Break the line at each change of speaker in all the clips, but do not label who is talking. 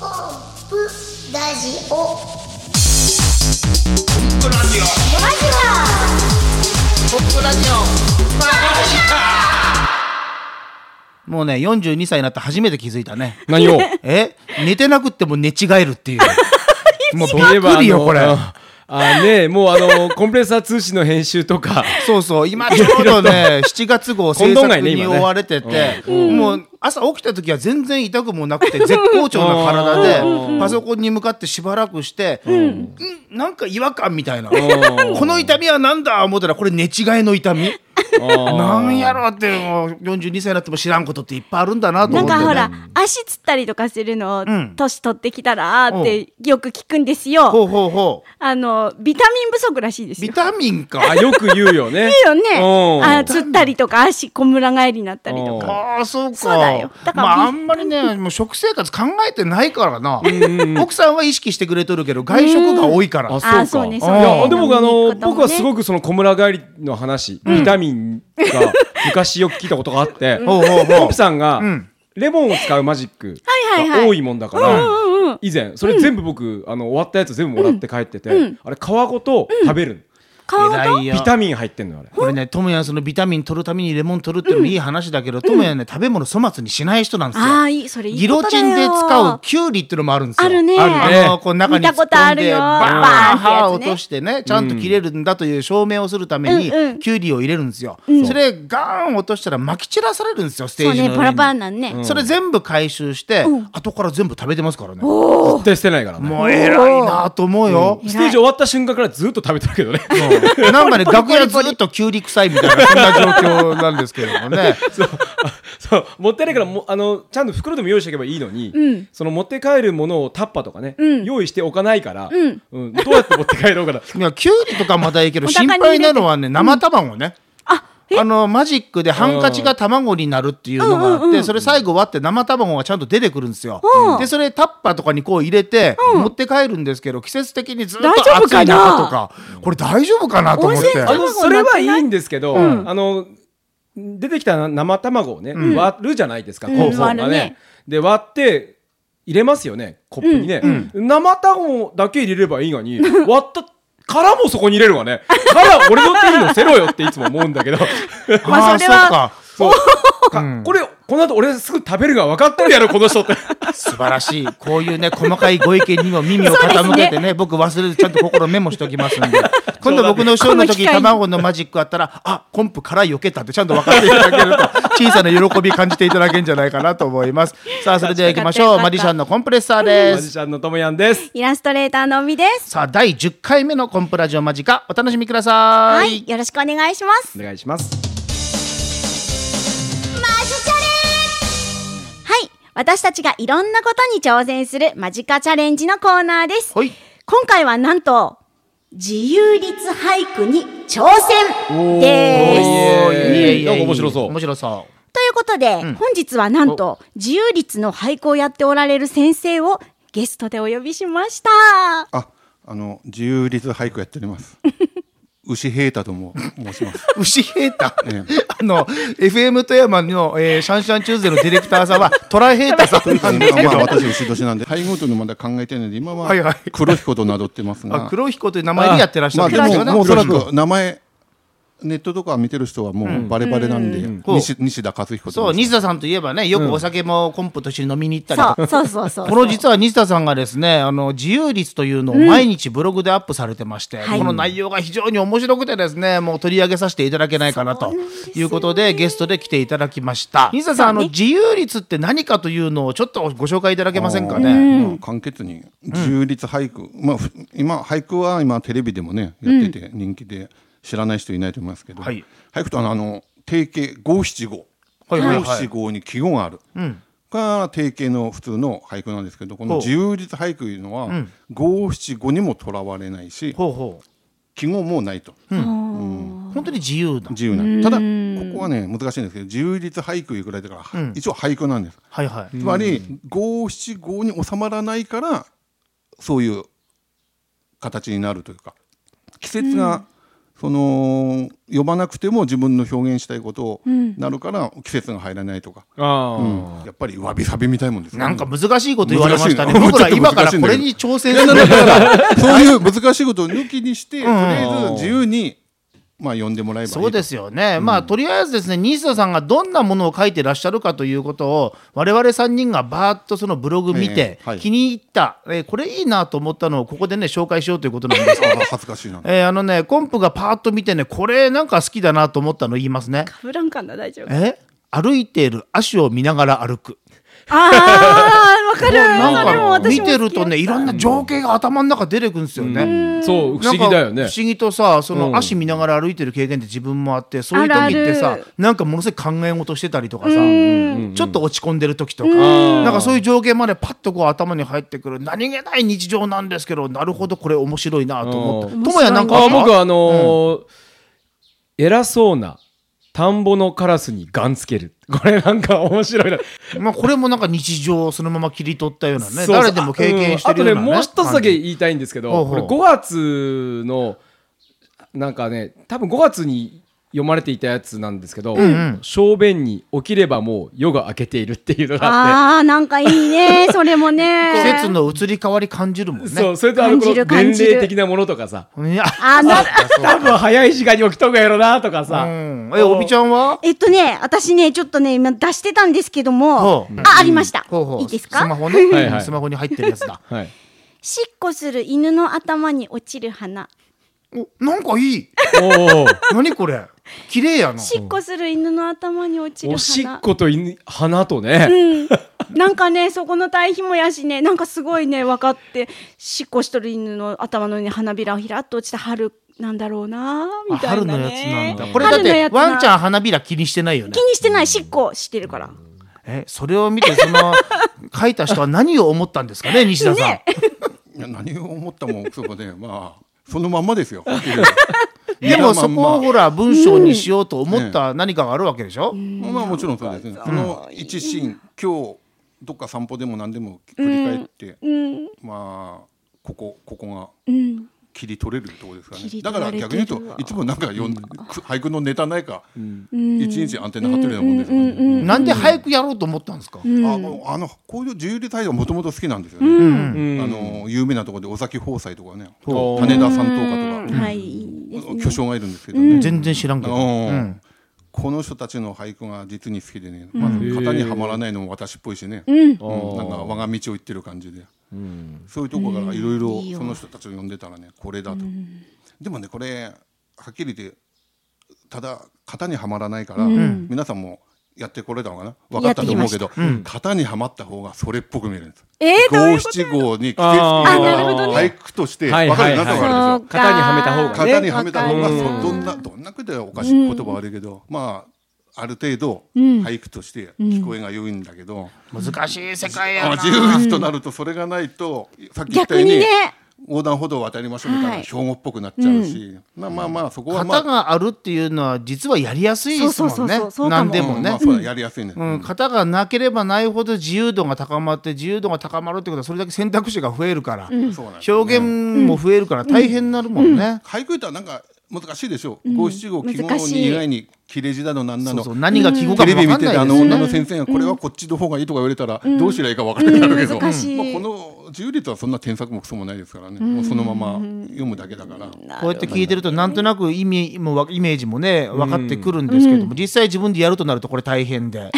ップラジオ
ポップラジオ
ラジ
ポップラジオ
もうね、42歳になって初めて気づいたね。
何を
え寝てなくっても寝違えるっていう。もうび
そういえ
っ
ば
くりよ、
あの
これ。
ああねもうあの コンプレッサー通信の編集とか
そうそう、今ちょうどね、7月号制
混
作
沌街ね
に
今ね
追われてて、もう朝起きた時は全然痛くもな くて、絶好調な体で、パソコンに向かってしばらくして、んなんか違和感みたいな。この痛みはなんだ思ったら、これ寝違いの痛み。なんやろって、もう42歳になっても知らんことっていっぱいあるんだなと
な
思って
ん
ね。
かほら、足つったりとかするのを、
ん
年取ってきたらってよく聞くんですよ。
ほうほうほう。
あの、ビタミン不足らしいです
ビ
よ。
タミンか。
あよく言うよね
いいよね。
うん
あ、つったりとか、足こむら返りになったりと
うん
か。
ああそうか
そうだよだから
まああんまりねもう食生活考えてないからな奥さんは意識してくれとるけど外食が多いから
あ
あ
そうか
あそうねそう
ね
いやでもあの
飲み方もね
僕はすごくその小村帰りの話、ビタミンが昔よく聞いたことがあって、
ほうほうほう
ポンプさんが
うん
レモンを使うマジック
はいはい
が
はい
多いもんだから以前それ全部僕あの終わったやつ全部もらって帰ってて、あれ皮ごと食べるの、
顔が
偉いよ
ビタミン入ってんのよあれ
これねトムヤンそのビタミン取るためにレモン取るっていうのもいい話だけど、トムヤンね食べ物粗末にしない人なんですよ
ああ、いい、それいい
ギ
こ
ロ
とだ
チ
よ。
ンで使うキュウリっていうのもあるんですよ。
あるね
あのこう中に突っ
見たこと
込
あ
ん
る
で
よ
バーン
バーンってやつね
歯を落としてねちゃんと切れるんだという証明をするために
うんうん
キュウリを入れるんですよ。それガーン落としたら撒き散らされるんですよステ
そ
ー
う
ジの上
ね、
に。
パラパラなんね。
それ全部回収して、
うん
後から全部食べてますからね。
絶対捨てないからね
もう偉いなと思うよ。
ん
ステージ終わった瞬間からずっと食べてるけどね
なん かね、楽屋ずっとキュウリ臭いみたいな、そんな状況なんですけれども ね。
そうもったいないからもあのちゃんと袋でも用意しておけばいいのに、
ん
その持って帰るものをタッパーとかね、
うん
用意しておかないから、
うん
うんどうやって持って帰ろうか な
いや、キュウリとかまたいいけど、
お腹
心
に入れて
配なのはね、生卵ね。
あ、え
あのマジックでハンカチが卵になるっていうのがあって、
うんうんうん
それ最後割って生卵がちゃんと出てくるんですよ、
うん
でそれタッパーとかにこう入れて持って帰るんですけど季節的にずっと
大丈夫
暑
か
い
な
中とかこれ大丈夫かなと思っ
温
て
泉
あ
卵
の
なくない
それはいいんですけど、あの出てきた生卵をね、割るじゃないですか、
うん
コンソメが
割る
ね
ね。
で割って入れますよねコップにね、生卵だけ入れればいいの に割った殻もそこに入れるわね殻俺の手に乗せろよっていつも思うんだけど
まあそれは
うか
そうかこれこの後俺すぐ食べるが分かってるやろこの人 って
素晴らしいこういうね細かいご意見にも耳を傾けてね僕忘れてちゃんと心メモしておきますん で今度僕のショーの時
この機会に
卵のマジックあったらあコンプから避けたってちゃんと分かっていただけると小さな喜び感じていただけるんじゃないかなと思いますさあそれでは行きましょうマジシャンのコンプレッサー
マ
で
ジ
す
シャンのともやんです
イラストレーターのみです。
さあ第10回目のコンプラジオ間近お楽しみください、
はい、よろしくお願いします。
お願いします
オマジチャレ
はい。私たちがいろんなことに挑戦するマジカチャレンジのコーナーです。
ほい
今回はなんと、自由律俳句に挑戦
おーおー
です。
い
い
え
え
いえ
いえいえなんか面白そう
面白そ
ということで、本日はなんと、自由律の俳句をやっておられる先生をゲストでお呼びしました。
あ、あの自由律俳句やってお ります。牛平太とも申します。
う 牛平太
え
あの FM 富山の、えーシャンシャンチューズデーのディレクターさんはトラヘータさんなんですけ
まあ
ど
私牛年なんで、俳句というのまだ考えてないんで、今は
はいはい
黒彦と名乗ってます
あ
が。
黒彦という名前でやってらっし
ま
ゃ
あ
るん
で
ですよ
も
ね。
もうおそらく名前ネットとか見てる人はもうバレバレなんで、西西田和彦と申します。
そう西田さんといえばねよくお酒もコンポと一緒に飲みに行ったりとか
そう、そうそうそう。
この実は西田さんがですねあの自由率というのを毎日ブログでアップされてまして、
はい
この内容が非常に面白くてですねもう取り上げさせていただけないかなということでゲストで来ていただきました西田さん、あの
そうね
自由率って何かというのをちょっとご紹介いただけませんかね。
まあ簡潔に自由律俳句、まあふ今俳句は今テレビでもねやってて人気で知らない人いないと思いますけど、
はい
俳句とあのあの定型五七五
はいはいはい
五七五に記号がある、が定型の普通の俳句なんですけどこの
ほう
自由律俳句いうのは五七五にもとらわれないし
ほうほ
記号もないと
う本当に自由な
自由なただここはね難しいんですけど自由律俳句いうぐらいだから、一応俳句なんです。
はいはい
つまり五七五に収まらないからそういう形になるというか季節がその呼ばなくても自分の表現したいことをなるから季節が入らないとか、
あ
う
ー
んやっぱりわびさびみたいもんですね
なんか難しいこと言われましたね。
難しい
僕ら今からこれに挑戦する。
そういう難しいことを抜きにして、とりあえず自由に、まあ、呼んでもらえばいい
そうですよね、まあとりあえずですね西田さんがどんなものを書いてらっしゃるかということを我々3人がバーッとそのブログ見て、
ええはい
気に入った、えーこれいいなと思ったのをここでね紹介しようということなんですけど
あ恥ずかしいな。
えーあのねコンプがパーッと見てねこれなんか好きだなと思ったの言いますね。
フランカンだ大丈夫。
え歩いている足を見ながら歩く
ああ、わかる。
なん
それも
か見
私も
て
好
る
きだ
と
った
ねいろんな情景が頭の中出てくるんですよね。
そう不思議だよ
なん
ね
か不思議とさそ
うん
の足見ながら歩いてる経験って自分もあってそういう時
あるあ
って
る
さなんかものすごい考え事してたりとかさちょっと落ち込んでる時とか
ん
なんかそういう情景までパッとこう頭に入ってくる何気ない日常なんですけどなるほどこれ面白いなと思
う
った。ともやなんか
あ
あ
ー
った
僕はあのー偉そうな田んぼのカラスにガンつけるこれなんか面白いな、
まあこれもなんか日常をそのまま切り取ったような
そう
ね
そう
誰でも経験してるような
あ,、
ね
とねもう一つだけ
感じ
言いたいんですけど
ほうほう
これ5月のなんかね多分5月に読まれていたやつなんですけど「
ん
小便に起きればもう夜が明けている」っていうのがあって。
ああ、なんかいいね。それもね。
季節の移り変わり感じるもん
そ
ね。
うそれとあの
感
こ
じ
の
る
年
感じる
齢的なものとかさ
いや
あな
多分早い時間に起きとんがやろなとかさ、
うんえおびちゃんは
えっとね、私ね、ちょっとね、今出してたんですけども
ほ、う
あ、ありました
ほうほ。う
いいです
スマ
か
ホね、
はいはい
スマホに入ってるやつだ。
はい、
しっこする犬の頭に落ちる花。
おなんかい い。
おー
何これ。綺麗やな。
しっこする犬の頭に落ちる
おしっ
花。
こと犬花とね、
うん。なんかね、そこの対比もやしね、なんかすごいね、分かって、しっこしとる犬の頭の上に花びらをひらっと落ちた春なんだろうな、みたい
春
な
の
ね。
やつなんだ。これだ
春
っ
のや
て
つな
ワンちゃん花びら気にしてないよね
気。にしてない、しっこしてるから。
えそれを見てそ の書いた人は何を思ったんですかね西田さん。
いや何を思ったもん、そうかね、まあ、そのまん まですよ。
でもそこをほ
を
ら文章にしようと思った何かがあるわけでしょ。
まあ、まあ、もちろんそうですね。その一シーン、今日、どっか散歩でも何でも振り返って、
うん。
まあ、ここ、ここが。
うん。
切り取れるところですかね
切り
だ
取
から
れてるわ
逆に言うといつもなんか読んでく俳句のネタないか一日アンテナ張ってるようなもんですよね、
なんで早くやろうと思ったんですか。
あもうあのこういう自由流態度はもともと好きなんですよね、あの有名なところで尾崎放斎とかね
ほう
種田三
う
島
ん
家
はい、いいで
と
す
か、
ね。
巨匠がいるんですけどね、
全然知らんけ
あ
ど。
の
うん
この人たちの俳句が実に好きでね、まず型にはまらないのも私っぽいしね、うんなんか我が道を行ってる感じで、そういうとこからいろいろその人たちを呼んでたらねこれだと、でもねこれはっきり言ってただ型にはまらないから、皆さんもやってこれたのかな分かったと思うけど、型にはまった方がそれっぽく見えるんです
えー、どういう
五
こと
七五に季節
あ
ーなる
入
ほ
れ
ど
た
ね
俳句として
はい
分か
は
る
い
ようになった
は
わ
い
け
そうか
でしょ。
型にはめた方がね
型にはめた方が
わかる
そうどんなどんな句ではおかしい言葉はあるけど、まあある程度俳句として聞こえが良いんだけど、
難しい世界や
まあ
な。
自由律となるとそれがないとさっき言ったよう
逆に
に
ね
横断歩道を渡りましょうみたい
は
ない標語っぽくなっちゃうし、まあまあまあそこはま
型
あ、
があるっていうのは実はやりやすいです
そ
も
うんそう
ね
そうそうそう。かも
何で
で
も
もね、ま
ね
あ。そうだやりやすいね。
うん、型がなければないほど自由度が高まって自由度が高まるってことはそれだけ選択肢が増えるから、
そうなんです
表現も増えるから大変になるもんね。
俳句とはなんか難しいでしょう。五七五記号
難しい
に以外に切れ字だのなんな
そう
の。
そう何が記号か
テ
も
レビ
分かん
見て
ない
てあ
で
の
す
女の
ね。
先生がこれはこっちの方がいいとか言われたらどうすりゃいいか分からなくなるけど、
うん難しい
まあこの自由律はそんな添削もクソもないですからね、もうそのまま読むだけだから、
こうやって聞いてるとなんとなく意味もわイメージもね分かってくるんですけども実際自分でやるとなるとこれ大変 で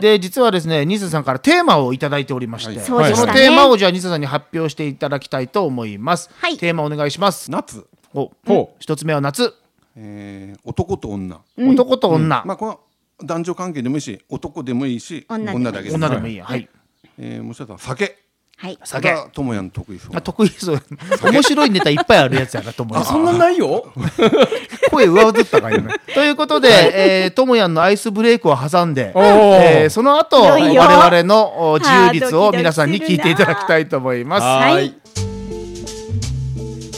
で実はですね西田さんからテーマをいただいておりまして、
はい
そうでしたね
のテーマをじゃあ西田さんに発表していただきたいと思います、
はい
テーマお願いします
夏、
お
ほ
一つ目は夏
えー男と女、
男と女、
まあこの男女関係でもいいし男でもいいし
女でもいい
だけ
女でもいいやはい
えーもう一つは酒
はい。
酒
が智也の得意そう
あ得意そう面白いネタいっぱいあるやつやなと思いま
あ
す
そんなないよ
声上ずったから今ということで、えー、ともやんのアイスブレイクを挟んで、
おー
えーその後
いよいよ
我々のお自由率
は
を
あドキドキす
皆さ
るな
んに聞いていただきたいと思います。
い
はー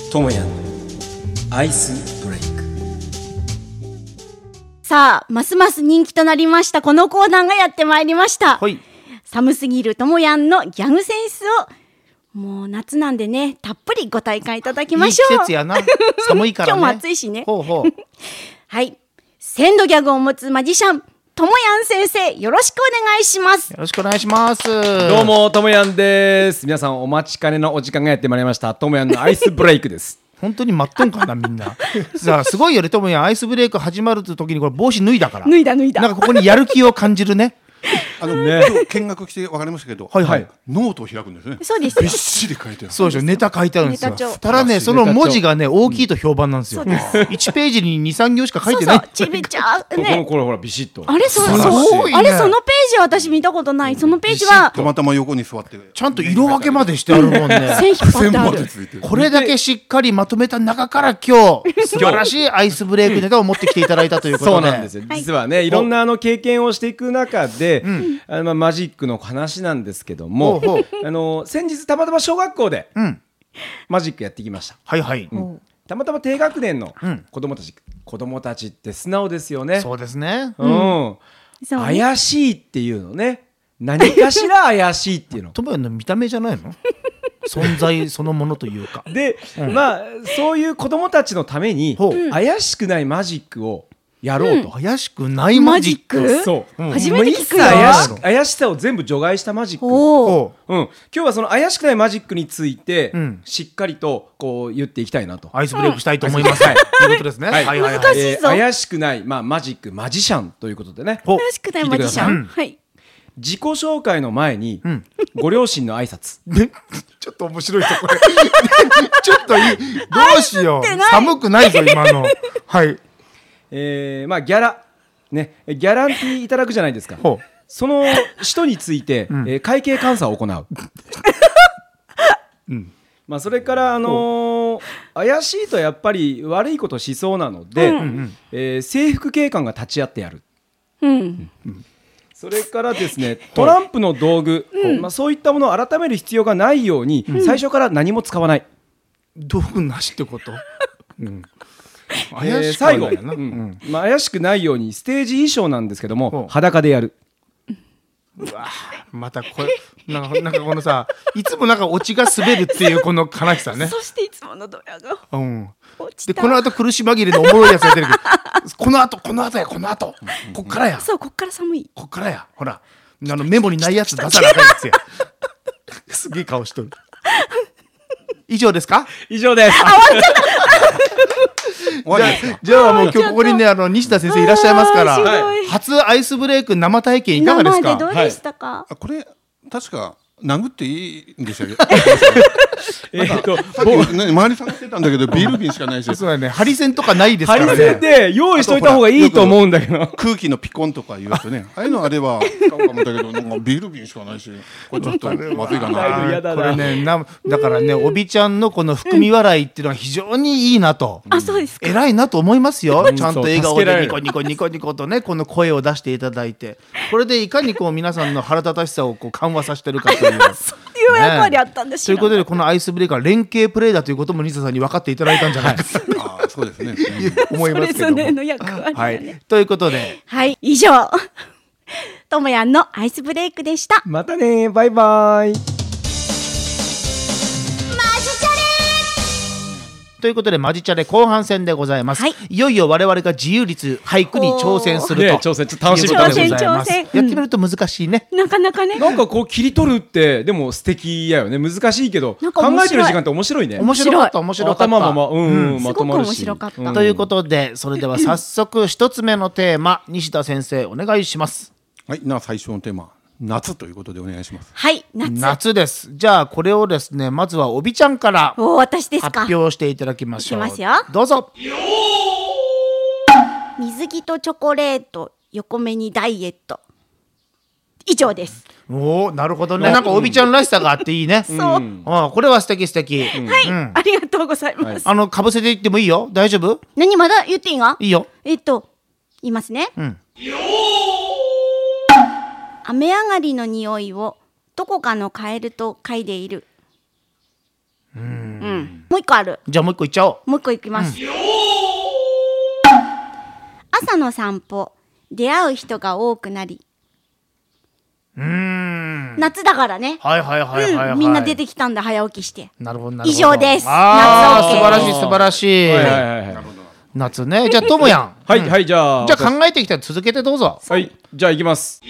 い
ともやんアイスブレイク
さあ、ますます人気となりました、このコーナーがやってまいりました。
はい、
寒すぎるともやんのギャグセンスをもう夏なんでねたっぷりご体感いただき
い
ま
い
し
季
ょう
節 やな。寒いからね。
今日も暑いしね
ほうほう。
はい鮮度ギャグを持つマジシャンともやん先生よろしくお願いします
よろしくお願いします。ど
どう。もともやんです皆さんお待ちかねのお時間がやってまいりましたともやんのアイスブレイクです
本当に待っとんかな、みんな。 さあ、すごいよね、ともやんアイスブレイク始まると時に、これ帽子脱いだから。
脱いだ脱いだ
なんかここにやる気を感じるね。
あの、
ね
今日見学して分かりましたけど、
はいはい
ノートを開くんですね。
そうですよ
びっしり書いてある。
そうでしょ、ネタ書いてあるんですよ
ネタ帳。
ただね、その文字がね、大きいと評判なんですよ。
そうで
1ページに2、3行しか書いて
そ
な
う
い
そう。ちびちゃう
ここの
ね
これほらビシッと
あれそ
素晴らしい
そう、
ね
あれそのページは私見たことないそのページは
たまたま横に座って。
ちゃんと色分けまでしてあるもん
線
ね。
引っ張ってあ
ま
る
でついてる。
これだけしっかりまとめた中から今日、素晴らしいアイスブレイクネタを持ってきていただいたということで。
そうなんですよ、実はねいろんなあの経験をしていく中で、あのまあ、マジックの話なんですけども、
ほうほう
あの先日たまたま小学校で
うん。
マジックやってきました
はいはい。
たまたま低学年の
うん
子供たち、子供たちって素直ですよね
そうですね。
うん、
そうね
怪しいっていうのね何かしら怪しいっていうの
トモヤの見た目じゃないの存在そのものというか。
で、まあそういう子供たちのために
ほう
怪しくないマジックをやろうと、
怪しくないマジック。
マジック
そう、
うん
初めて聞くよ
もう一切怪し怪しさを全部除外したマジック
おお
お
うん、今日はその怪しくないマジックについて、
うん
しっかりとこう言っていきたいなと。
アイスブレイクしたいと思います。
はい
ということですね。
はい
難しいぞ
えー怪しくない、まあ、マジックマジシャンということでね
ほう
しくないマジシャ
聞
ンはい
自己紹介の前に、
ん
ご両親の挨拶
ちょっと面白いぞ、これ。 ちょっといい。どうしよ
アイスって
う。
ない
寒くないぞ、今 の。はい。
えーまあ、ギャラ、ね、ギャランティーいただくじゃないですか
ほう
その人について、
ん
えー会計監査を行う、まあ、それから、あのー怪しいとやっぱり悪いことしそうなので、えー制服警官が立ち会ってやる
うん
それからですね、トランプの道具、まあ、そういったものを改める必要がないように、最初から何も使わない、
道具なしってこと。うん。
えー
怪しくは
最後、
な
う
いよな。うんん。
まあ、怪しくないようにステージ衣装なんですけど
ほ
も
う
裸でやる
またこれ、なんか、なんかこのさ、いつもなんかオチが滑るっていうこの悲しさね。
そしていつものドヤが
うん。
落ち
で、
た
この後苦し紛れのおもろいやつが出てくる。この後、この後や、この後。こっからや。
そうこっから寒い
こっからや。ほら。あのメモにないやつ出さなあかんやつや。すげえ顔しとる。以上ですか
以上です
終わりですか
じゃあもう今日ここにね、あの、西田先生いらっしゃいますから、
あー
すご
はい初アイスブレイク生体験いかがです
生でど
か
うでしたか
あこれ確か殴っていいんでしたっけ
えーっと
さっきね周り探してたんだけどビール瓶しかないし
そうだね、ハリセンとかないですか
ハリ
ら
セ
ね。
ンで用意しといた方がいいと思うんだけど
空気のピコンとか言うやつ ねああいうのあれば使うかもだけどなんかビール瓶しかないしこれちょっとまずい
だい
か
ぶ
な
嫌だ
こ
な
れね、なだからね、おびちゃんのこの含み笑いっていうのは非常にいいなと。
あそうですか
偉いなと思いますよ、
ん
ちゃんと笑顔
そう助けら
でニ
れる
コニコニコニコとねこの声を出していただいてこれでいかにこう皆さんの腹立たしさをこう緩和させてるかという。
そういう役割あったんです
ということでこのアイスブレイクは連携プレーだということも西田さんに分かっていただいたんじゃないか と
あーそうですね
思い
そ
ま
れ
すけ
ぞ
ど
れ
も。
の役割
は
だね
い、ということで
はい、以上。 ともやんのアイスブレイクでした。
またねバイバイ
マジチャレ
ということでマジチャレ後半戦でございます、
はいい、
よいよ我々が自由律俳句に挑戦すると
ね挑戦ちょっと楽しみ
いうことでござ
挑
い
戦
ます
挑戦
やってみると難しいね、
なかなかね。
なんかこう切り取るってでも素敵やよね難しいけど
なん
考
か面白い
えてる時間って面白いね
面白かった面白かった
頭もまあうんうん、
ん
まとまるし
すごく面白かった
ん
ということでそれでは早 速一つ目のテーマ西田先生お願いします
はいな最初のテーマ夏ということでお願いします
はい、夏。
夏ですじゃあこれをですねまずはおびちゃんから
お、私ですか
発。表していただきましょう
いきますよ
どうぞ
水着とチョコレート、横目にダイエット。以上です。
おおなるほどねなんかおびちゃんらしさがあっていいね
そう。
ああこれは素敵素敵、
はい、ありがとうございます。
あのかぶせていってもいいよ大丈夫
何まだ言っていいが
いいよ
えっと、言いますね。
うん
雨上がりの匂いをどこかのカエルと嗅いでいる。うん。もう一個ある。
じゃあもう一個いっちゃおう
もう一個いきます、朝の散歩出会う人が多くなり
うーん。
夏だからね、
はいはいはいはい、は
う
い
ん、みんな出てきたんだ早起きして
なるほどなるほど
以上です
あー
夏
素
OK
晴らしい素晴らしい、
はいはいはいはい
夏ねじゃあともやん
はいはいじゃあ
じゃあ考えてきたら続けてどうぞ
はいじゃあいきます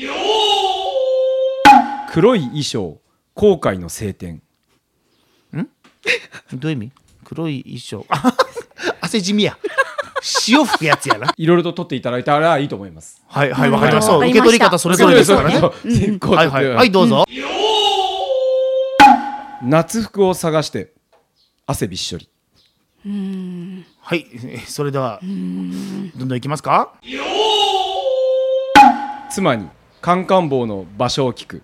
黒い衣装後悔の晴天
どういう意味黒い衣装あ 汗じみや潮吹くやつやな
いろいろと撮っていただいたらいいと思います
はいはい
うん
わかりました
わか
受
り
け
ま
取
した
り方それぞれですからね
そうですそうです結構
はいはいはいどうぞ、
夏服を探して汗びっしょり
はいえーそれではどんどんいきますか
妻にカンカン帽の場所を聞く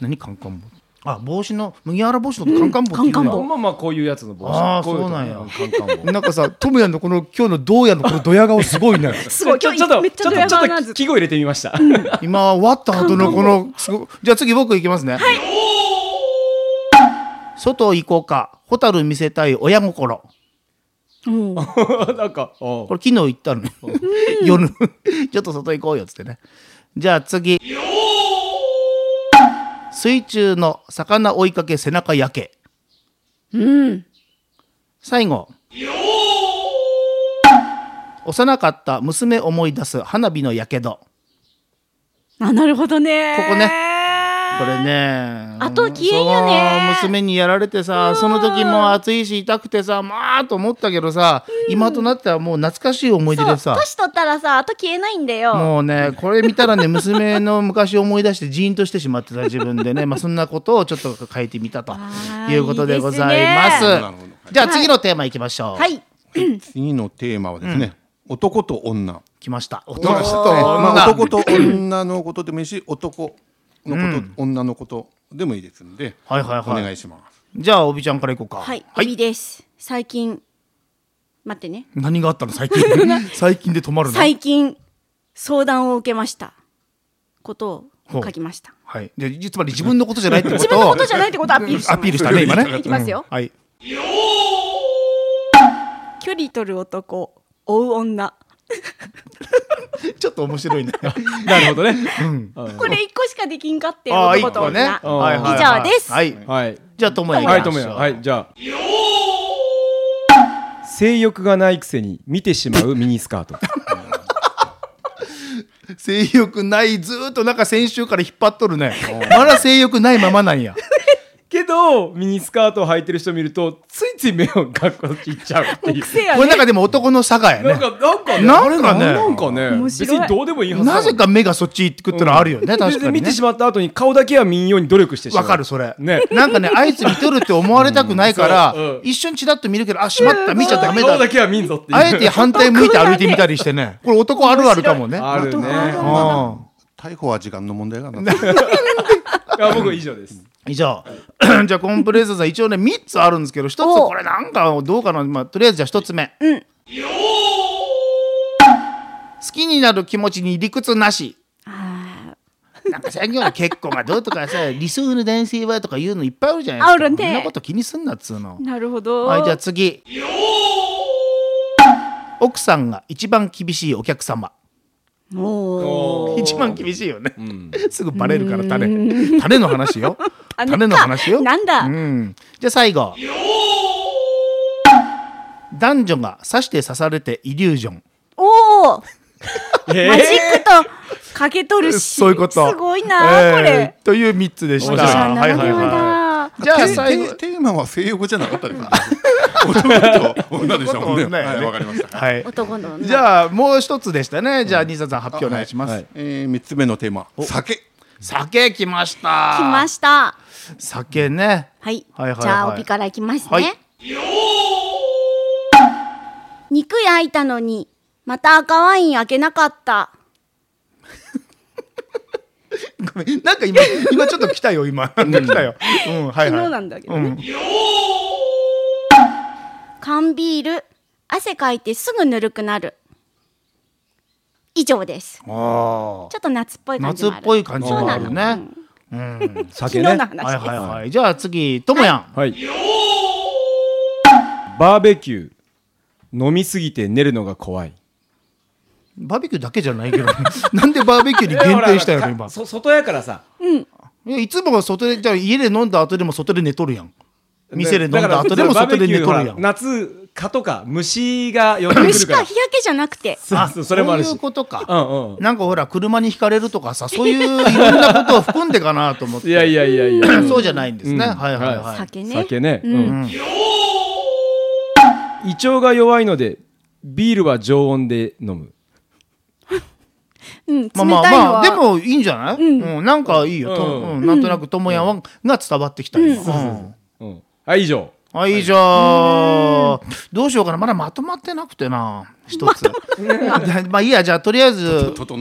何カンカン帽あ帽子の麦わら帽子のことカンカン帽って言う
カン
ん
カ
だ
ン
まあまあまあこういうやつの帽子
あー
こい
そうなんや
カンカン帽
なんかさ、トムヤンのこの今日のどうやのこのドヤ顔 すごいね。
すごい
ちょ
今
ちょっと
日めっちゃドヤ顔
ちょ
な
っ
ん
と
ず
季語入れてみました、
今終わった後のこのすごじゃあ次僕行きますね。外行こうか。ホタル見せたい親心。
う ん
なんかお
これ昨日言ったの。夜。 ちょっと外行こうよっつってね。じゃあ次。水中の魚追いかけ背中焼け。
うん
最後。幼かった娘思い出す花火のやけど。
あなるほどね
ここねこれね
あと消えんよね
その娘にやられてさその時もう暑いし痛くてさまあと思ったけどさ、今となってはもう懐かしい思い出で
そう
さ
年取ったらさあと消えないんだよ
もう ねこれ見たらね娘の昔を思い出してジーンとしてしまってた自分でねまあそんなことをちょっと変えてみたと
あー
いうことでございます
いいで
なるほど
じゃあ次のテーマいきましょう、
はい
次のテーマはですね、男と女
来ました
男
男
と女,、まあ、男と女のことでもいいし男のこと、女のことでもいいですので、
はいはいはい
お願いします
じゃあおびちゃんからいこうか
はい、い、いです最近待ってね
何があったの最近 最近で止まるの
最近相談を受けましたことを書きました
はいじゃあつまり自分のことじゃないってことを
自分のことじゃないってことをアピールし
アピールしたね今ね
いきますよ
うんはい
距離取る男追う女
ちょっと面 白いね。
なるほどね、
これ一個しかできんかって
ああ、一
男と
個ね。
女
はいはい
以上です
はい。
はい
じゃあ、ともや
はい、
行
と
き
も
ま
や
しょう
はい、じゃあ。性欲がないくせに見てしまうミニスカー ト。
性欲ない、ずーっとなんか先週から引っ張っと るね。まだ性欲ないままなんや。
けど、ミニスカートを履いてる人見ると、ついつい目をがっこいっちゃうっていう。
癖や
これなん
ね
かでも男の差がや
なん
ね。
か、なんかね、
なんかね
あれなんかね、
面
別
白い
にどうでもいいはず
なぜ
か
か目がそっち行ってくってのはあるよね。確かに
見
ね
て。しまった後に顔だけは民謡に努力してしまう。
わかる、それ。
ね。
なんかね、あいつ見とるって思われたくないから
うんそううん、
一瞬チラッと見るけど、あ、しまった、見ちゃダメ
顔
だ
だ。けは民ぞっていう。
あえて反対向いて歩いてみたりしてね。これ男あるあるかもね。
あるね。
うん
逮捕は時間の問題がな
あ僕以上です。
以上じゃあコ ンプレッサーさん一応ね3つあるんですけど1つ
おう
これなんかどうかな、まあ、とりあえずじゃあ1つ目、
うん
好きになる気持ちに理屈なし
あ
なんか最近は結婚がどうとかさ 理想の男性はとかいうのいっぱいあるじゃないですか
あるね
そんなこと気にすんなっつうの
ーなるほど、
はいじゃあ次奥さんが一番厳しいお客様
おー
一番厳しいよね、
ん
すぐバレるから種種の話よ
種か
種の話よ
なんだ
うん、じゃあ最後男女が刺して刺されてイリュージョン
おお
マジ
マジックとかけ取るし
そういうこと
すごいな、
えー
これ
という三つでした
面白い
さあならでは
い
だ、
じゃあ
テ
最後
テテーマは性欲じゃなかったですね男と女でしたもんね
男と女や
はいわかりました
はい
男の女
じゃあもう一つでしたねじゃあ兄さんさん発表お願いします、
はえー、3つ目のテーマ酒
酒来ました
来ました
酒ね
はい、
はいはいはい
じゃあ帯からいきますね、
はい
肉焼いたのにまた赤ワイン開けなかった
ごめんなんか今今ちょっと来たよ今なんか来たようんはい
昨日
は
ないんだけど
う
ね、
ん
缶ビール汗かいてすぐぬるくなる以上です
あー
ちょっと夏っぽい感じ
夏
もあ
っ
る
ぽい感じもある
そうなの
ねうん
酒
昨日
ね。
の話です、
はいはいはいじゃあ次ともやん
はい。バーベキュー。飲みすぎて寝るのが怖い。
バーベキューだけじゃないけどね なんでバーベキューに限定したよ
ほら
ね今
かそ外やからさ
いやいつもは外でじゃあ家で飲んだ後でも外で寝とるやん店で飲んだ後でも
だから
外で寝と
バーベ
るやん
キューほら夏蚊とか虫が寄ってく
虫
るか
から日焼けじゃなくて
そうそうそれもあるし
そういうことか、
うんうん
なんかほら車にひかれるとかさそういういろんなことを含んでかなと思って
いやいやいやいや
そうじゃないんですね、
うん
はいはいはい、
酒ね
酒ね、うん胃腸が弱いのでビールは常温で飲む
うん
まあ
冷たいの
ま
は、
あまあでもいいんじゃない、うんなんかいいよ、と
う
うんなんとなくともやんが伝わってきた、うんうん
うんはい以上
はいじゃあどうしようかなまだまとまってなくてな一つあでまあいいやじゃあとりあえず
整整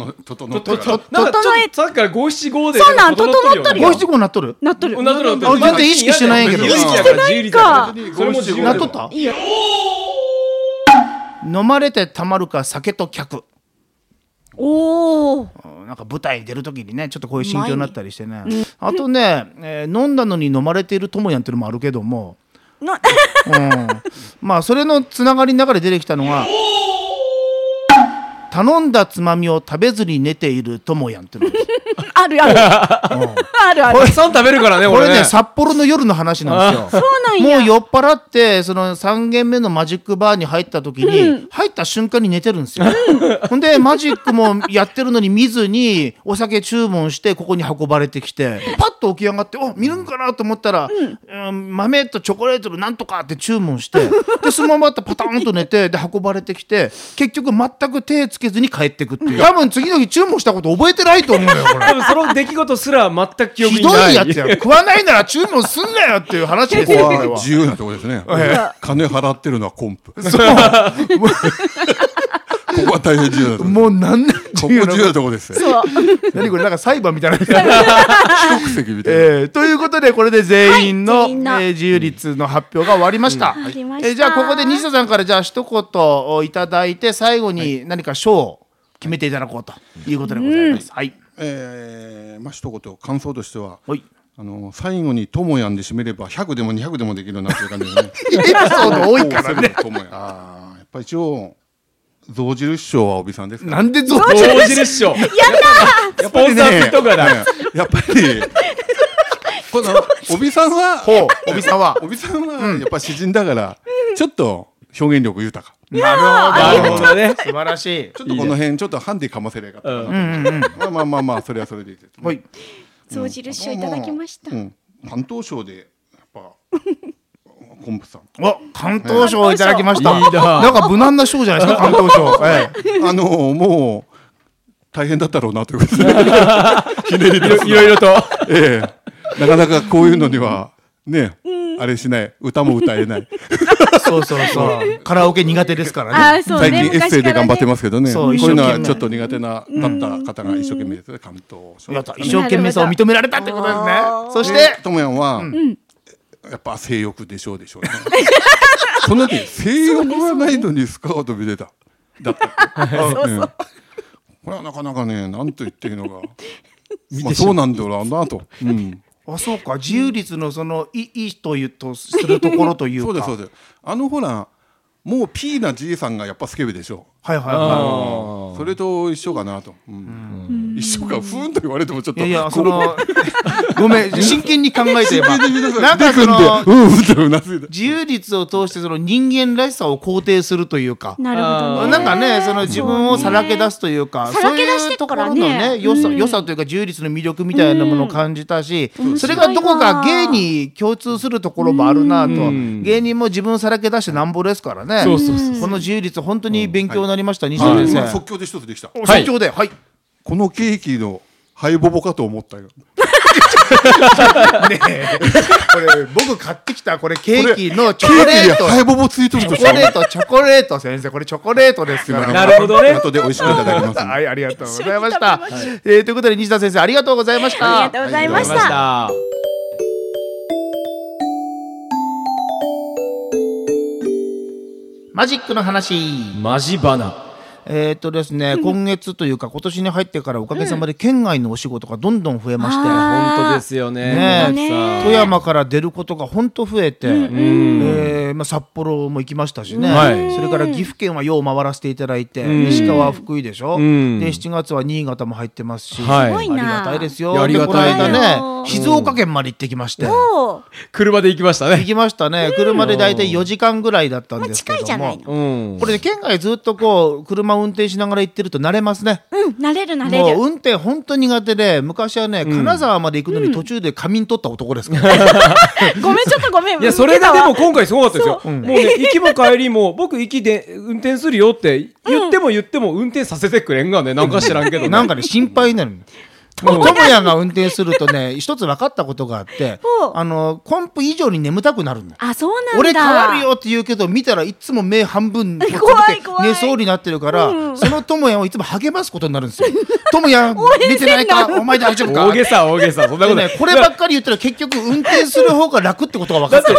って
と
から
となんかちょ
整え
っとさっきから五七五で
そうなん
るよ
五
ね
七五になっとる
なっとる
なっとる
あ全然意識してないんやけど
意識してない
か
それも自由
なっとった
いいよ
飲まれてたまるか酒と客
おお
うんなんか舞台出る時にねちょっとこういう心境になったりしてね、あとね、えー飲んだのに飲まれている友やんっていうのもあるけども、
な
う ん、まあそれのつながりの中で出てきたのが頼んだつまみを食べずに寝ている友やんっていうのです
あるある あるある
たくさん食べるからね
これ
俺
ね
ね
札幌の夜の話なんですよ。
そうなん
も
や
う酔っ払ってその3軒目のマジックバーに入った時に、入った瞬間に寝てるんですよ。ほんでマジックもやってるのに見ずにお酒注文してここに運ばれてきてパッと起き上がって「お見るんかな?」と思ったら、うん豆とチョコレートのなんとか」って注文してでそのまままたパターンと寝てで運ばれてきて結局全く手つけずに帰ってくっていう多分次の日注文したこと覚えてないと思うよこれ
多。分その出来事すら全く記憶
ひ
に
ど
ない
いやつや食わないなら注文すんなよっていう話です
こ
よ
こ
これ
は
は
自由なとこですね。金払ってるのはコンプ。ここは大変自由なとこ。こ
もうなんなん
こ自由なとこです。
そう
何これなんか裁判みたいな
国籍みたいな。
えーということでこれで全員の,、
はい全員の
えー自由率の発表が終わりました,、
わりました
えーじゃあここで西田さんからじゃあ一言をいただいて最後に何か賞を決めていただこうということでございます、はい
えーまあ一言感想としては、
はい
あの最後に友やんで締めれば100でも200でもできるなっていう感じですね。
エピソード多いからね
友やん。あーやっぱ一応象印師匠は帯さんですから。
なんでぞ
同時列賞やったスポンサーついとくから
ねやっぱり。この帯さんは
ほう帯さんは
帯さんはやっぱ詩人だから、ちょっと表現力豊か。
な
なるほどね
素晴らしい
ちょっとこの辺ちょっとハンディかませれかったなまあまあまあまあそれはそれでいいです。
はい
象印賞いただきました、
うん、関東省でやっぱ昆布さん。
お関東賞をいただきました
いいな
なんか無難な賞じゃないですか関東賞、ええ
あのもう大変だったろうなということですね。ひねり
い
出
ろ
す
いろいろと
ええなかなかこういうのにはね、あれしない歌も歌えない。
そうそう そう。カラオケ苦手ですからね。
ああそうね
最近エッセイで頑張ってますけど
昔
ね。
から
こう
ね
い
そう一生
うの
懸
は
命
ちょっと苦手なだった方が一生懸命ですね。関東省。
やった一生懸命さを認められたってことですね。そして、
ともやんは、やっぱ性欲でしょうでしょうね。 そんなに性欲がないのにスカート見てた。だった。うんこれはなかなかね、なんと言っていいのか。まあ、そうなんだろうなと。うん
あそうか自由率のそのいいいというとするところとい
そううです、
か。
そうです。あのほら、もうピーなじいさんがやっぱスケベでしょ
はいはいは
それと一緒かなと。うん一緒か、ふーんと言われてもちょっ
い。い
と。
やいやその ごめん真剣に考えて ば
真剣に見てくださ
なん
い
かそ
う
の
ん、うんってうなずいて。
自由率を通してその人間らしさを肯定するというか。
なるほどね
なんかねその自分をさらけ出すというか
そうねさらけ出してっからね
そういうところのね良さ良さというか自由率の魅力みたいなものを感じたしそれがどこか芸に共通するところもあるなと芸人も自分をさらけ出してなんぼですからね
そうそうそう
この自由率本当に勉強になりました西
あ
田先
今
生
即興で一つできた。
お即興ではい
このケーキのハイボボかと思ったよ。
ねえこれ僕買ってきたこれケーキのチ
ケ
ョコ
ーキ
レ
に
ート
ハイボボついとる
チ
と
ョ
し
コレートチョコレート先生これチョコレートですから
なるほどね
後で美味しくいただきますんで。
はい、ありがとうございました。えーということで、西田先生、ありがとうございました。
ありがとうございました、
た
マジックの話。
マジバナ
えーっとですね、今月というか今年に入ってからおかげさまで県外のお仕事がどんどん増えまして、
あ
本当ですよね。
ねえ
森脇さん
富山から出ることが本当増えて、えーまあ、札幌も行きましたしね、
はい
それから岐阜県はよう回らせていただいて、
うん
石川福井でしょ、
ん
で7月は新潟も入ってますし、
はいす
ごいな
ありがたいです
いや
よ
ありがたい
でこの間ね
うん
静岡県まで行ってきまして。
おー
車で行きました
行
ね。
きましたね車で大体4時間ぐらいだったんですけ
まあ近いじ
ど
ゃな
も
いの
うん。
これで県外ずっとこう車運転しながら行ってると慣れますね
うん、慣れる慣れ
も
る。
う運転本当に苦手で昔はね金沢まで行くのに途中で仮眠取った男ですから、
ごめん、ちょっと ごめん。
いや、それがでも今回すごかったですよ。
そ
もうね、行きも帰りも、僕行きで運転するよって言っても言っても運転させてくれんがね、なんか知らん けど ね。
なんかね心配になるの。もう智也が運転するとね一つ分かったことがあって
ほう
あのコンプ以上に眠たくなるんだ
あ、そうなんだ。
俺変わるよって言うけど見たらいつも目半分こっち見て
怖い怖い
寝そうになってるから、
うん
その智也をいつも励ますことになるんですよ智 也寝てないかお前大丈夫か
大げさ、大げさ、そんな
で
こと
ね
ない。
こればっかり言ったら結局運転する方が楽ってことが分か
だっ
って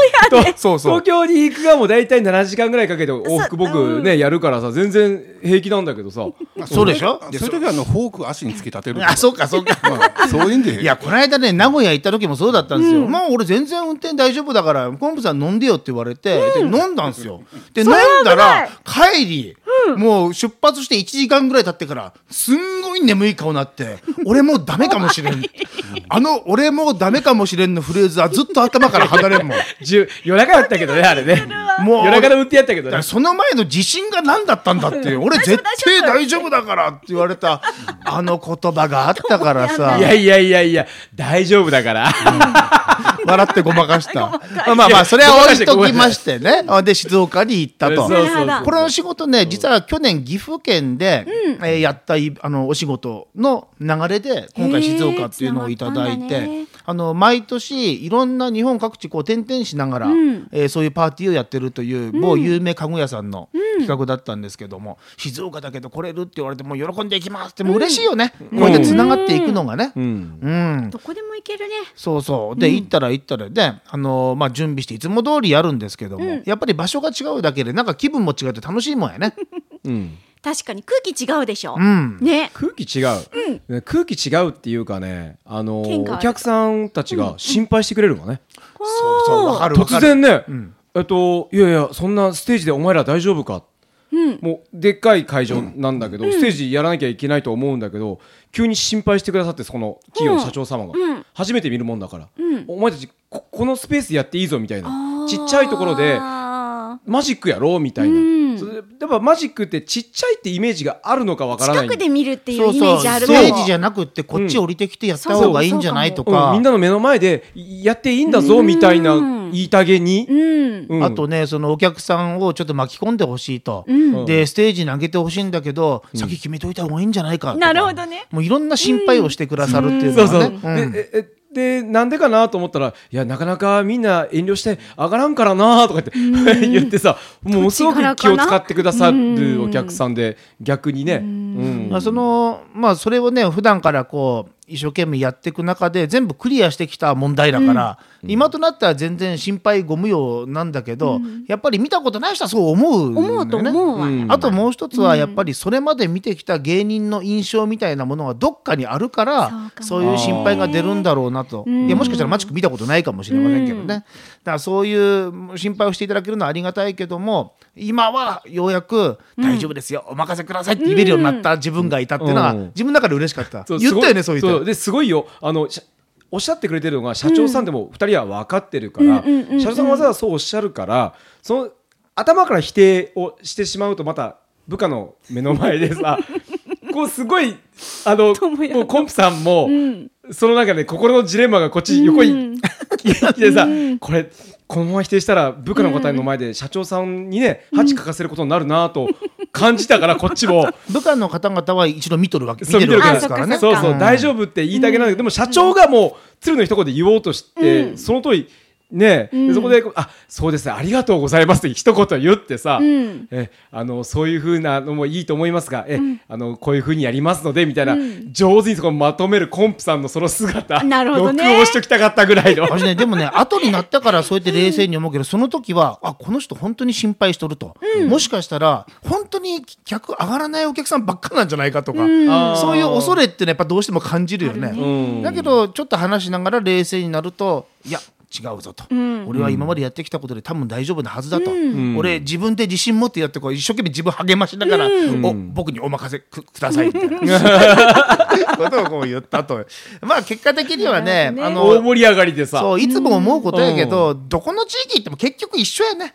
て
る
と東京に行くがもう大体7時間ぐらいかけて往復僕ね、やるからさ全然平気なんだけどさ
そうでしょ
あそういう時はあのフォーク足に突き立てる
あそうかそうか
まあそういうんで
いやこの間ね名古屋行った時もそうだったんですよ、まあ俺全然運転大丈夫だからコンプさん飲んでよって言われて、で飲んだんですよで飲ん
れは
だら
危
帰り、もう出発して1時間ぐらい経ってからすんごい眠い顔になって俺もうダメかもしれんあの俺もうダメかもしれんのフレーズはずっと頭から離れんもん
じゅ夜中やったけどねあれね
もう
夜中の運転やったけ
だ
どね
からその前の自信が何だったんだっていう俺絶対大丈夫だからって言われたあの言葉があったからさ
いやいやいやいや大丈夫だから
笑ってごまかした。まあまあまあ、それは置いときましてね。で、静岡に行ったと。
そうそう
なる
そ
ほ
う
ど
これの仕事ね、実は去年岐阜県で、えーやったいあのお仕事の流れで、今回静岡っていうのをいただい
へ
て、
ー繋がったんだね
あの、毎年いろんな日本各地こう転々しながら、えーそういうパーティーをやってるという某有名家具屋さんの企画だったんですけども、静岡だけど来れるって言われてもう喜んでいきますって、もう嬉しいよね。こうやって繋がっていくのがね。
うん
うん
どこでも行けるね。
そうそうで、行ったら行ったらで、あのーまあ、準備していつも通りやるんですけども、やっぱり場所が違うだけでなんか気分も違って楽しいもんやね
うん
確かに空気違うでしょ
う。ん
ね。
空気違う、空気違うっていうかねあの
喧嘩ある
お客さんたちが心配してくれるのがね、
そうそうわかるわか
突
る
然ね、
ん
えっといやいやそんなステージでお前ら大丈夫か、もうでっかい会場なんだけど、ステージやらなきゃいけないと思うんだけど急に心配してくださってその企業の社長様が、
うん
初めて見るもんだから、
うん
お前たちここのスペースやっていいぞみたいな
あー
ちっちゃいところでマジックやろうみたいな、
うん
それやっぱマジックってちっちゃいってイメージがあるのかわからない
近
ん
くで見るっていう
そう
イメ
そ
ー
う
ジあ
ス
るもん
テージじゃなくってこっち降りてきてやった方がいいんじゃないと
う
か、
んみんなの目の前でやっていいんだぞみたいな
うん
言いたげに、
うん。
うん
あとねそのお客さんをちょっと巻き込んでほしいと、
うん
でステージに上げてほしいんだけど、先決めといた方がいいんじゃないかとか
なるほどね
もういろんな心配をしてくださるっていう
そう
の
そう
がね、うん
でええでなんでかなと思ったらいやなかなかみんな遠慮して上がらんからなとかって 言ってさもうすごく気を使ってくださるお客さんで逆にね、うん
まあ、そのまあそれをね普段からこう一生懸命やっていく中で全部クリアしてきた問題だから、今となっては全然心配ご無用なんだけど、やっぱり見たことない人はそう思うんだよね。
思うと思うわね。
あともう一つはやっぱりそれまで見てきた芸人の印象みたいなものがどっかにあるから
そうかも
そういう心配が出るんだろうなといやもしかしたらマチック見たことないかもしれませんけどねだからそういう心配をしていただけるのはありがたいけども今はようやく「大丈夫ですよお任せください」って言えるようになった自分がいたっていうのは
うん
自分の中で嬉しかった
そう
言ったよね
す
そういう
ごそう
人
ですごいよあのしゃおっしゃってくれてるのが社長さんでも2人は分かってるから、
うんうんうんうん
社長さんがわざわざそうおっしゃるからその頭から否定をしてしまうとまた部下の目の前でさこうすごいあの
友也
もうコンプさんも、
うん。
その中で心のジレンマがこっち横に 来てさ、これこのまま否定したら部下の答えの前で社長さんにね恥かかせることになるなと感じたからこっちも。
部下の方々は一度見とるわけ見
そう
て
見て
る
る
わけで
から
すからね。
そうそう、
ん
大丈夫って言いたげなんだけど、でも社長がもう鶴の一言で言おうとして、その通りねえ、
うん
そこでこう「あそうですねありがとうございます」って一言言ってさ、
うん
えあのそういうふうなのもいいと思いますがえ、あのこういうふうにやりますのでみたいな、上手にそこをまとめるコンプさんのその姿
なるほどね
録音しときたかったぐらいの。
私ね、でもね、後になったからそうやって冷静に思うけど、その時は、あ、この人本当に心配しとると。もしかしたら、本当に客上がらないお客さんばっかなんじゃないかとか、そういう恐れってね、やっぱどうしても感じるよね。
うん
だけど、ちょっと話しながら冷静になると、いや、違うぞと、俺は今までやってきたことで多分大丈夫なはずだと、俺自分で自信持ってやってこう一生懸命自分励ましながら、お僕にお任せくくださいみたいな ことをこう言ったとまあ結果的にはね
な
あ
る
の
大盛り上がりでさ
そういつも思うことやけど、どこの地域行っても結局一緒やね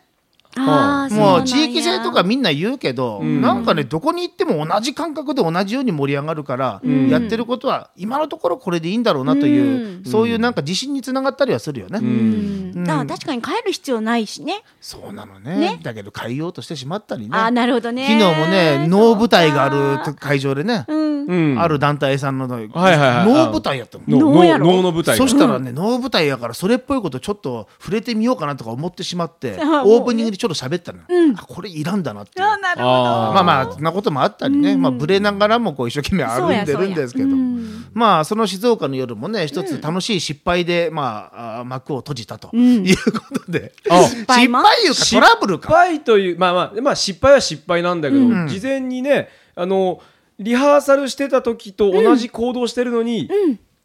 あ
も
ーそうなんや
う地域性とかみんな言うけど、なんかねどこに行っても同じ感覚で同じように盛り上がるから、やってることは今のところこれでいいんだろうなという、そういうなんか自信につながったりはするよね。
うんだから確かに帰る必要ないしね
そうなのね
ね
だけど変えようとしてしまったりね
あーなるほどね
昨日もね能舞台がある会場でね、
うん
うん
ある団体さんの能、
はいはい
舞台やったの。
の
能やろ
能の舞台が
そしたらね、能舞台やからそれっぽいことちょっと触れてみようかなとか思ってしま って
あ
オープニングでちょっと喋ったの、あこれいらんだなっていう
あーなるほど
あー
まあまあそんなこともあったりね、まあ、ブレながらもこう一生懸命歩いてるんですけど、
そうやそうやうん
まあその静岡の夜もね一つ楽しい失敗で、まあ、あー幕を閉じたということで、
あ
失敗いうかトラブル
失
か。
敗というまあまあ、まあ、失敗は失敗なんだけど、事前にねあのリハーサルしてた時と同じ行動してるのに、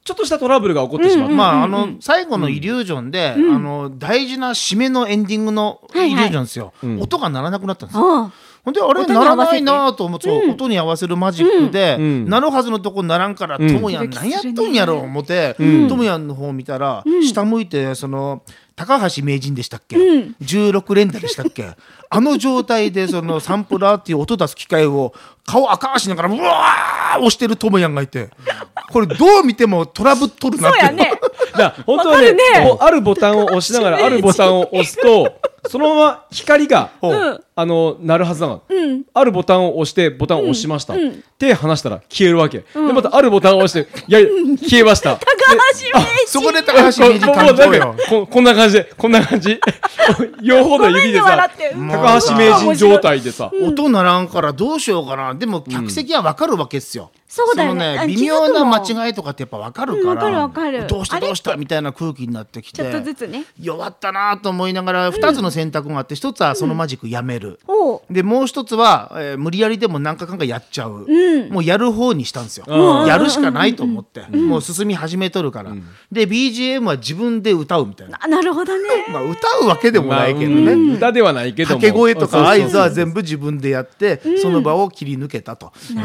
ちょっとしたトラブルが起こってしまった、
まあ、あの最後のイリュージョンで、あの大事な締めのエンディングのイリュージョンですよ、
いはいうん
音が鳴らなくなったんですよ
あ
ほんであれ鳴
音に合
ら
わ
な
せて
いなと思って、そう音に合わせるマジックで、
うん
鳴るはずのとこ鳴らんから、
ん
ともやん何やっとんやろう思って、ともやんの方見たら、下向いてその高橋名人でしたっけ、16連打でしたっけあの状態でそのサンプラーっていう音出す機械を顔赤ーしながらうわー押してるともやんがいてこれどう見てもトラブっとる
ー
なっ
そう
て
や ね
だから本当はね
わかるね
こうあるボタンを押しながらあるボタンを押すとそのまま光が、
うん
あの鳴るはずなの、あるボタンを押してボタンを押しました、手離したら消えるわけ、でまたあるボタンを押していや消えました高
高橋名人
そこで高橋名人
もう
誕
な
生
んか
よ。
ここんな感じでこんな感 じ両方の指で
ごめんね
さ
笑ってうん
高橋名人状態でさ
音ならんからどうしようかなでも客席はわかるわけっすよ、
そうだよね
その
あ
微妙な
気づくも
間違いとかってやっぱわかるから、
うんわかるわかる
どうした
あれって
どうしたみたいな空気になってきて
ちょっとずつね
弱ったなと思いながら2つの選択があって1つはそのマジックやめる、
おう
でもう1つは、えー無理やりでも何かかんかやっちゃう、もうやる方にしたんですよ、やるしかないと思って、もう進み始めとるから、で BGM は自分で歌うみたいな、
あなるほどね
まあ、歌うわけでもないけどね、
まあうん歌ではないけども
掛け声とか
そうそう
合図は全部自分でやってその場を切り抜けたと。
な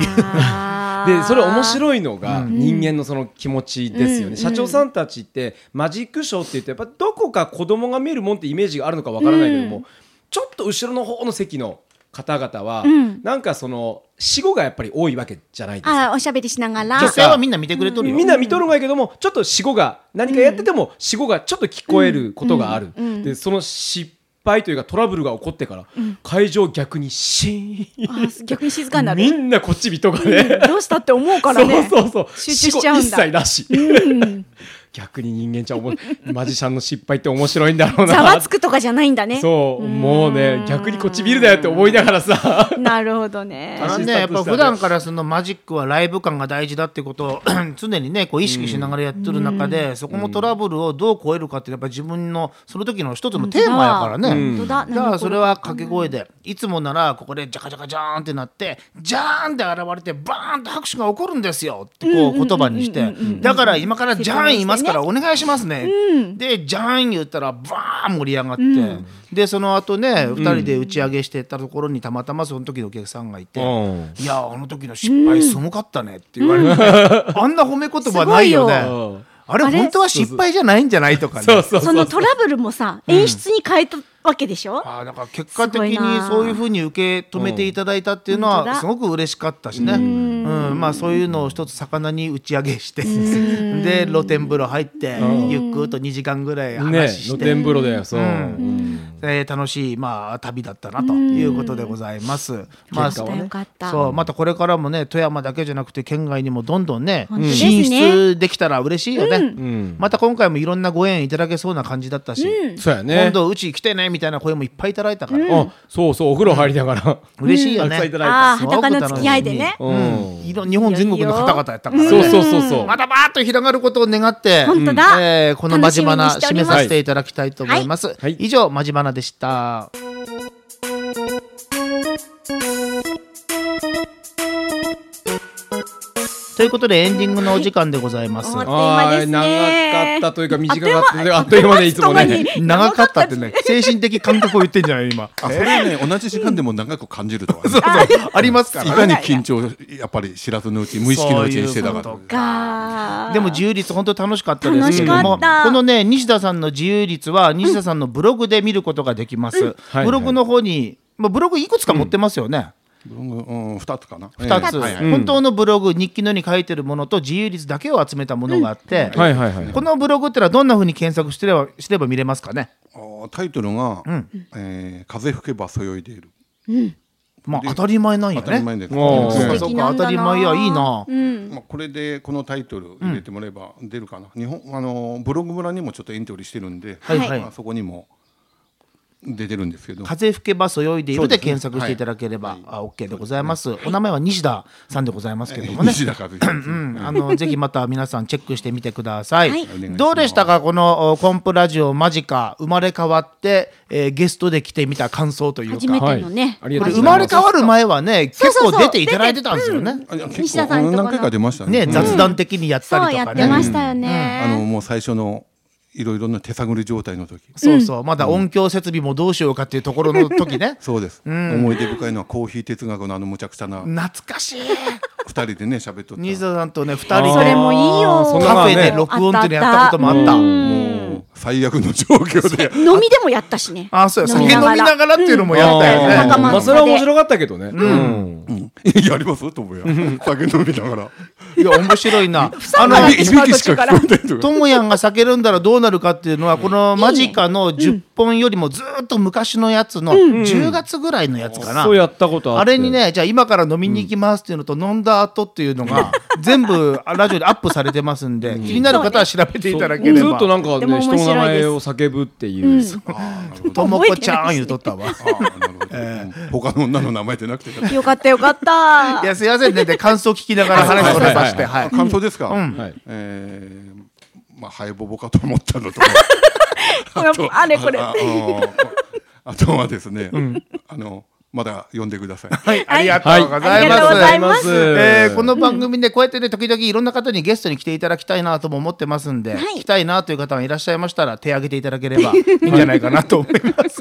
あ
でそれ面白いのが人間のその気持ちですよね、社長さんたちってマジックショーって言ってやっぱどこか子供が見るもんってイメージがあるのかわからないけども、ちょっと後ろの方の席の方々は、なんかその死後がやっぱり多いわけじゃないですか。
あーおしゃべりしながら
実際はみんな見てくれとるよ。
みんな見とるんがいいけどもちょっと死後が何かやってても死後がちょっと聞こえることがある、でその失敗というかトラブルが起こってから、会場逆にシーン
あー逆に静かになる
みんなこっち見とかね、
どうしたって思うからね。
そうそうそう
集中しちゃうんだ
死後一切なし、逆に人間ちゃんおもマジシャンの失敗って面白いんだろうな
ざわつくとかじゃないんだね。
そうもうね逆にこっち見るなよって思いながらさ
なるほどね
あ。のね、やっぱ普段からそのマジックはライブ感が大事だってことを常にねこう意識しながらやってる中でそこのトラブルをどう超えるかってやっぱ自分のその時の一つのテーマやからね。
本当だ。
じゃあそれは掛け声でいつもならここでジャカジャカジャーンってなってジャーンって現れてバーンと拍手が起こるんですよってこう言葉にしてだから今からジャーン言いますからお願いしますねでジャーン言ったらバーン盛り上がってでその後ね2人で打ち上げしてったところにたまたまその時のお客さんがいて
ん
「いやあの時の失敗すごかったね」って言われてあんな褒め言葉ないよ
す
ごい
ね
よ。
あれ本当は失敗じゃないんじゃないとかね。
そうそう
そのトラブルもさ、演出に変えたわけでしょ。
ああだから結果的
すごい
に
な
そういうふうに受け止めていただいたっていうの
うん本当
は
だ
すごく嬉しかったしね、うんまあ、そういうのを一つ魚に打ち上げしてで露天風呂入ってゆっくりと2時間ぐらい
ね
話し
露
て、
天風呂だよそう、
んえー楽しいまあ旅だったなということでございます。まあ
結果はね
よかった。
そうまたこれからもね富山だけじゃなくて県外にもどんどんね
当です
進
ね
出できたら嬉しいよね、
ん
また今回もいろんなご縁いただけそうな感じだったし、
そうやね
今度うち来てねみたいな声もいっぱいいただいたから、
あそうそうお風呂入りながら
嬉しいよ
たくさん
ね
いただいた
あー裸の付き合いでね
すごく楽しみうんいろん日本全国の方々やったからね
そうそうそうそう
またバーッと広がることを願って
本当だ
えーこの「まじまな」
楽し
締
み
め
にしております
させていただきたいと思います、
はい
以上「まじまな」でしたということでエンディングのお時間でございます、
はい
あ
あっと
ー
いう間
長か
ですね
ったというか短かったというかあっという間でいつも
あっという間
ね
に
長かったってね精神的感覚を言ってんじゃない今
あそれはね同じ時間でも長く感じ るとはね
ありますか
い
ら
かに緊張をやっぱり知らずのうち無意識のうちにしてたか
そういう
ら
こと
が
でも自由率本当楽しかったですけども
楽しかった
このね西田さんの自由率は西田さんのブログで見ることができます、
い
ブログの方に、まあ、ブログいくつか持ってますよね、
うん2つかな
2つ、
ええはいはい
本当のブログ日記のように書いてるものと自由率だけを集めたものがあって、
はいはいはい
このブログってのはどんなふうに検索してればしてれば見れますかね、
あータイトルが、えー風吹けばそよいでいる」
まあ、当たり前なんよ
当たり前
ね
で、
おー
そうか
素
そう
敵
か
な
当
んだな
たり前やいいな、
まあ、これでこのタイトル入れてもらえば出るかな、日本あのブログ村にもちょっとエントリーしてるんで、
はいはい
まあ、そこにも出てるんですけど
風吹けばそよいでいるで
そうですね
検索していただければ、あ OK でございます、お名前は西田さんでございますけどもね
西田和彦です
うんあ のぜひまた皆さんチェックしてみてください。
はい
どうでしたかこのおコンプラジオ間近生まれ変わって、えーゲストで来てみた感想という
初
か
めてのね。
はいありが
こ
と
れ生
うござ
まれ
います
変わる前はね
そう
結
そうそう
構出ていただいてたんですよね。
あいや結構
西田さんとこの
何回か出ましたね
ね雑談的にやった
そう
りと
や
か
ってま
ね。
したよ
あの
ね。
もう最初のいろいろな手探り状態の時
そうそうまだ音響設備もどうしようかっていうところの時ね
そうです、思い出深いのはコーヒー哲学のあのむちゃくちゃな
懐かしい
二人でね喋っとっ
西
た
田さんとね二人
それ
で
もいいよ。
そんな
カ
の
フ
は
ェ
ね
で録音っていうのやったこともあった。
もう最悪の状 況で
飲みでもやったしね。
あそうや酒
飲
飲
みながら
みながらっていうのもやったよね。
仲間
まあそれは面白かったけどねうん
うん やりますともや酒飲みながら
いや面白い な。あ
あ
の
の
いびきしか聞こえないとか
ともやんが酒飲んだらどうなるかっていうのはこの間近の10本よりもずーっと昔のやつの10月ぐらいのやつかな。
そうやったことあ
あ
って
れにねじゃあ今から飲みに行きますっていうのと飲んだ後っていうのが全部ラジオでアップされてますんで気になる方は調べていただけれ
ずっと
ば。
なんか
で
ね
も面
人
白いです
の名前を叫ぶっていう
ともこちゃん言うとったわ。
ああなるほど、他の女の名前でなくてよかった
よかったよかった
い。 やすいませんねで感想聞きながら話をさせてはい。
感想ですか、
はい
えーまあハエボボかと思ったのとか
このあれこれ。
あ
は
あのあとはですね、あのまだ呼んでください
はいありがとうご
あ
ざい
りがとうご
ます
ざ。います。
えーこの番組でこうやってね時々いろんな方にゲストに来ていただきたいなとも思ってますんで、
い
来たいなという方がいらっしゃいましたら手を挙げていただけれ ばいいんじゃないかなと思い ます。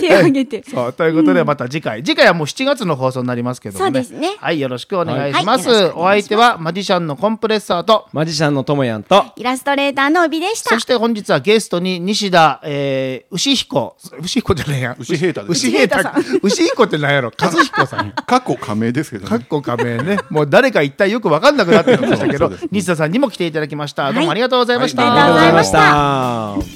手を挙げて。
そうということでまた次回、次回はもう7月の放送になりますけどもね
そうですね
はいよろしくお願いします,、
はいはいよろしくお
お相手はマジシャンのコンプレッサーと
マジシャンのともやんと
イラストレーターの帯でした
そし。て本日はゲストに西田、えー、牛彦牛彦じゃねえや
牛平太です
牛平太牛彦ってなんやろ和彦さん
過去加盟ですけど
かっ
ね
こ仮名ね。もう誰か一体よく分かんなくなってきましたけど
そうです、
西田さんにも来ていただきました。どうもありがとうございました。
はい
ありがとうございました
ありがとうございました